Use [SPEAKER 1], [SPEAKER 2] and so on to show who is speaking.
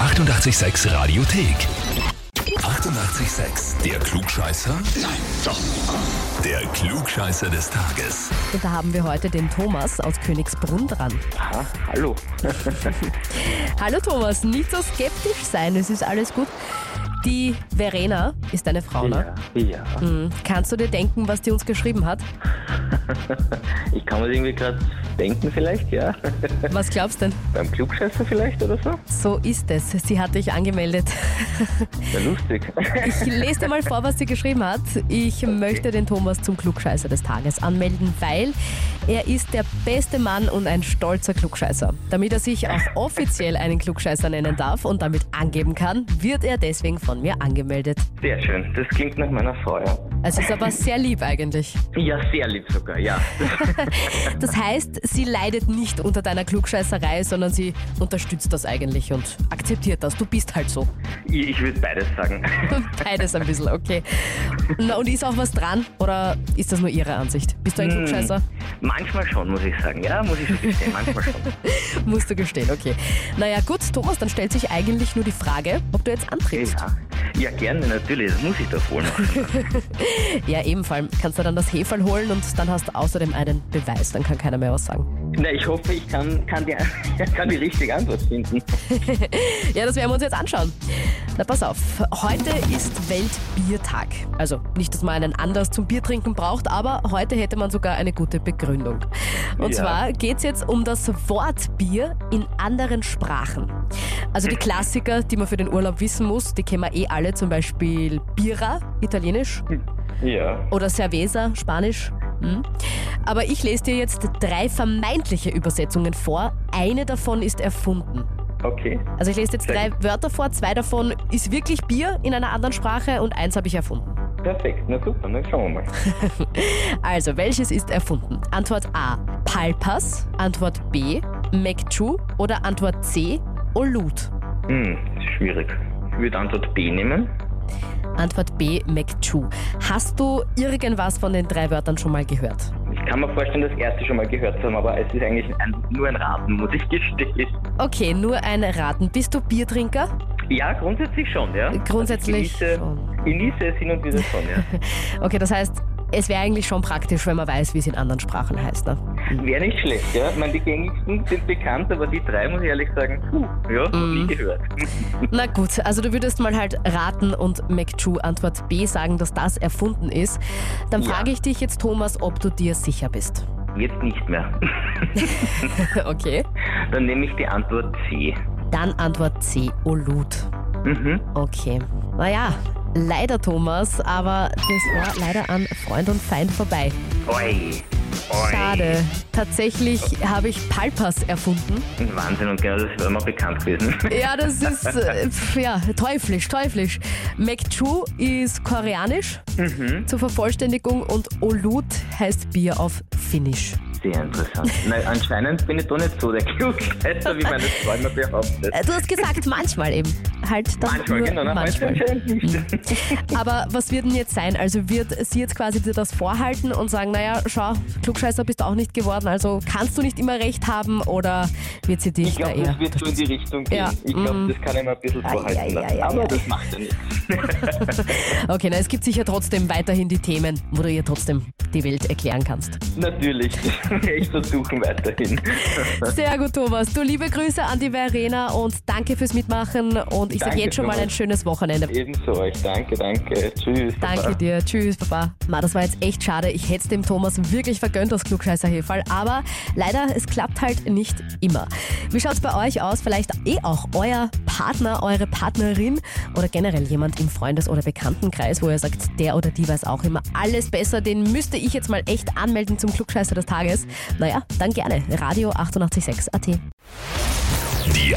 [SPEAKER 1] 886 Radiothek. 88,6. Der Klugscheißer? Nein, doch. Der Klugscheißer des Tages.
[SPEAKER 2] Und da haben wir heute den Thomas aus Königsbrunn dran.
[SPEAKER 3] Aha, Ah, hallo.
[SPEAKER 2] Hallo Thomas, nicht so skeptisch sein, es ist alles gut. Die Verena ist deine Frau, ne?
[SPEAKER 3] ja.
[SPEAKER 2] Hm, Kannst du dir denken, was die uns geschrieben hat?
[SPEAKER 3] Ich kann mir das irgendwie gerade denken vielleicht, ja.
[SPEAKER 2] Was glaubst denn?
[SPEAKER 3] Beim Klugscheißer vielleicht oder so.
[SPEAKER 2] So ist es. Sie hat dich angemeldet.
[SPEAKER 3] Ja, lustig.
[SPEAKER 2] Ich lese dir mal vor, was sie geschrieben hat. Ich möchte den Thomas zum Klugscheißer des Tages anmelden, weil er ist der beste Mann und ein stolzer Klugscheißer. Damit er sich auch offiziell einen Klugscheißer nennen darf und damit angeben kann, wird er deswegen von mir angemeldet.
[SPEAKER 3] Sehr schön. Das klingt nach meiner Frau, ja.
[SPEAKER 2] Es ist aber sehr lieb eigentlich.
[SPEAKER 3] Ja, sehr lieb sogar, ja.
[SPEAKER 2] Das heißt, sie leidet nicht unter deiner Klugscheißerei, sondern sie unterstützt das eigentlich und akzeptiert das. Du bist halt so.
[SPEAKER 3] Ich, ich würde beides sagen.
[SPEAKER 2] Beides ein bisschen, okay. Na, und ist auch was dran oder ist das nur Ihre Ansicht? Bist du ein Klugscheißer?
[SPEAKER 3] Manchmal schon, muss ich sagen. Ja, muss ich schon gestehen, manchmal schon.
[SPEAKER 2] Musst du gestehen, okay. Naja, gut, Thomas, dann stellt sich eigentlich nur die Frage, ob du jetzt antrittst.
[SPEAKER 3] Ja. ja, gerne, natürlich. Das muss ich doch wohl machen.
[SPEAKER 2] Ja, ebenfalls. Kannst du dann das Heferl holen und dann hast du außerdem einen Beweis, dann kann keiner mehr was sagen.
[SPEAKER 3] Na, ich hoffe, ich kann, kann, die, kann die richtige Antwort finden.
[SPEAKER 2] Ja, das werden wir uns jetzt anschauen. Na, pass auf. Heute ist Weltbiertag. Also nicht, dass man einen anders zum Biertrinken braucht, aber heute hätte man sogar eine gute Begründung. Und
[SPEAKER 3] Ja.
[SPEAKER 2] zwar geht es jetzt um das Wort Bier in anderen Sprachen. Also die Klassiker, die man für den Urlaub wissen muss, die kennen wir eh alle, zum Beispiel Bira, italienisch,
[SPEAKER 3] Ja.
[SPEAKER 2] oder Cerveza, Spanisch. Hm? Aber ich lese dir jetzt drei vermeintliche Übersetzungen vor. Eine davon ist erfunden.
[SPEAKER 3] Okay.
[SPEAKER 2] Also ich lese jetzt drei Wörter vor, zwei davon ist wirklich Bier in einer anderen Sprache und eins habe ich erfunden.
[SPEAKER 3] Perfekt. Na super, dann schauen wir mal.
[SPEAKER 2] Also, welches ist erfunden? Antwort A. Palpas, Antwort B. Mekchu oder Antwort C. Olut.
[SPEAKER 3] Hm, schwierig. Ich würde Antwort B nehmen.
[SPEAKER 2] Antwort B. Mekchu. Hast du irgendwas von den drei Wörtern schon mal gehört?
[SPEAKER 3] Ich kann mir vorstellen, das erste schon mal gehört zu haben, aber es ist eigentlich ein, nur ein Raten, muss ich gestehen.
[SPEAKER 2] Okay, nur ein Raten. Bist du Biertrinker?
[SPEAKER 3] Ja, grundsätzlich schon, ja.
[SPEAKER 2] Grundsätzlich
[SPEAKER 3] Also ich
[SPEAKER 2] schon.
[SPEAKER 3] genieße, genieße es hin und wieder schon, ja.
[SPEAKER 2] Okay, das heißt, es wäre eigentlich schon praktisch, wenn man weiß, wie es in anderen Sprachen heißt. Ne?
[SPEAKER 3] Wäre nicht schlecht, ja. Ich meine, die gängigsten sind bekannt, aber die drei, muss ich ehrlich sagen, puh, ja,
[SPEAKER 2] Mhm.
[SPEAKER 3] nie gehört.
[SPEAKER 2] Na gut, also du würdest mal halt raten und McChew Antwort B sagen, dass das erfunden ist. Dann
[SPEAKER 3] Ja.
[SPEAKER 2] frage ich dich jetzt, Thomas, ob du dir sicher bist.
[SPEAKER 3] Jetzt nicht mehr.
[SPEAKER 2] okay.
[SPEAKER 3] Dann nehme ich die Antwort C.
[SPEAKER 2] Dann Antwort C, Olut.
[SPEAKER 3] Mhm.
[SPEAKER 2] Okay. Naja, leider Thomas, aber das war leider an Freund und Feind vorbei.
[SPEAKER 3] Oi. Oi.
[SPEAKER 2] Schade. Tatsächlich habe ich Palpas erfunden.
[SPEAKER 3] Wahnsinn, und genau das wäre mal bekannt gewesen.
[SPEAKER 2] Ja, das ist äh, pf, ja, teuflisch, teuflisch. McChew ist koreanisch
[SPEAKER 3] Mhm.
[SPEAKER 2] zur Vervollständigung und Olut heißt Bier auf Finnisch.
[SPEAKER 3] Sehr interessant. Na, anscheinend bin ich doch nicht so der Klugscheißer, wie meine Freunde behauptet.
[SPEAKER 2] Äh, Du hast gesagt, manchmal eben. Halt dann
[SPEAKER 3] Manchmal,
[SPEAKER 2] nur
[SPEAKER 3] genau, na,
[SPEAKER 2] manchmal.
[SPEAKER 3] anscheinend nicht.
[SPEAKER 2] Aber was wird denn jetzt sein? Also wird sie jetzt quasi dir das vorhalten und sagen, naja, schau, Klugscheißer bist du auch nicht geworden, also kannst du nicht immer recht haben oder wird sie dich
[SPEAKER 3] Ich glaube,
[SPEAKER 2] da eher...
[SPEAKER 3] das wird so in die Richtung gehen.
[SPEAKER 2] Ja,
[SPEAKER 3] Ich glaube,
[SPEAKER 2] mhm.
[SPEAKER 3] das kann ich mir ein bisschen
[SPEAKER 2] Ei, ei, ei,
[SPEAKER 3] vorhalten lassen.
[SPEAKER 2] ei,
[SPEAKER 3] Aber
[SPEAKER 2] ei.
[SPEAKER 3] das macht ja nichts.
[SPEAKER 2] Okay, na, es gibt sicher trotzdem weiterhin die Themen, wo du ihr trotzdem die Welt erklären kannst.
[SPEAKER 3] Natürlich. Ich versuchen weiterhin.
[SPEAKER 2] Sehr gut, Thomas. Du liebe Grüße an die Verena und danke fürs Mitmachen und ich sage
[SPEAKER 3] Danke,
[SPEAKER 2] jetzt schon mal
[SPEAKER 3] Thomas.
[SPEAKER 2] ein schönes Wochenende.
[SPEAKER 3] Ebenso euch. Danke, danke. Tschüss.
[SPEAKER 2] Danke dir. Tschüss, Papa. Ma, das war jetzt echt schade. Ich hätte es dem Thomas wirklich vergönnt, das klugscheißer -Hefall. Aber leider, es klappt halt nicht immer. Wie schaut's bei euch aus? Vielleicht eh auch euer Partner, eure Partnerin oder generell jemand im Freundes- oder Bekanntenkreis, wo ihr sagt, der oder die weiß auch immer alles besser. Den müsste ich jetzt mal echt anmelden zum Klugscheißer des Tages. Naja, dann gerne. Radio 886 AT.
[SPEAKER 1] Die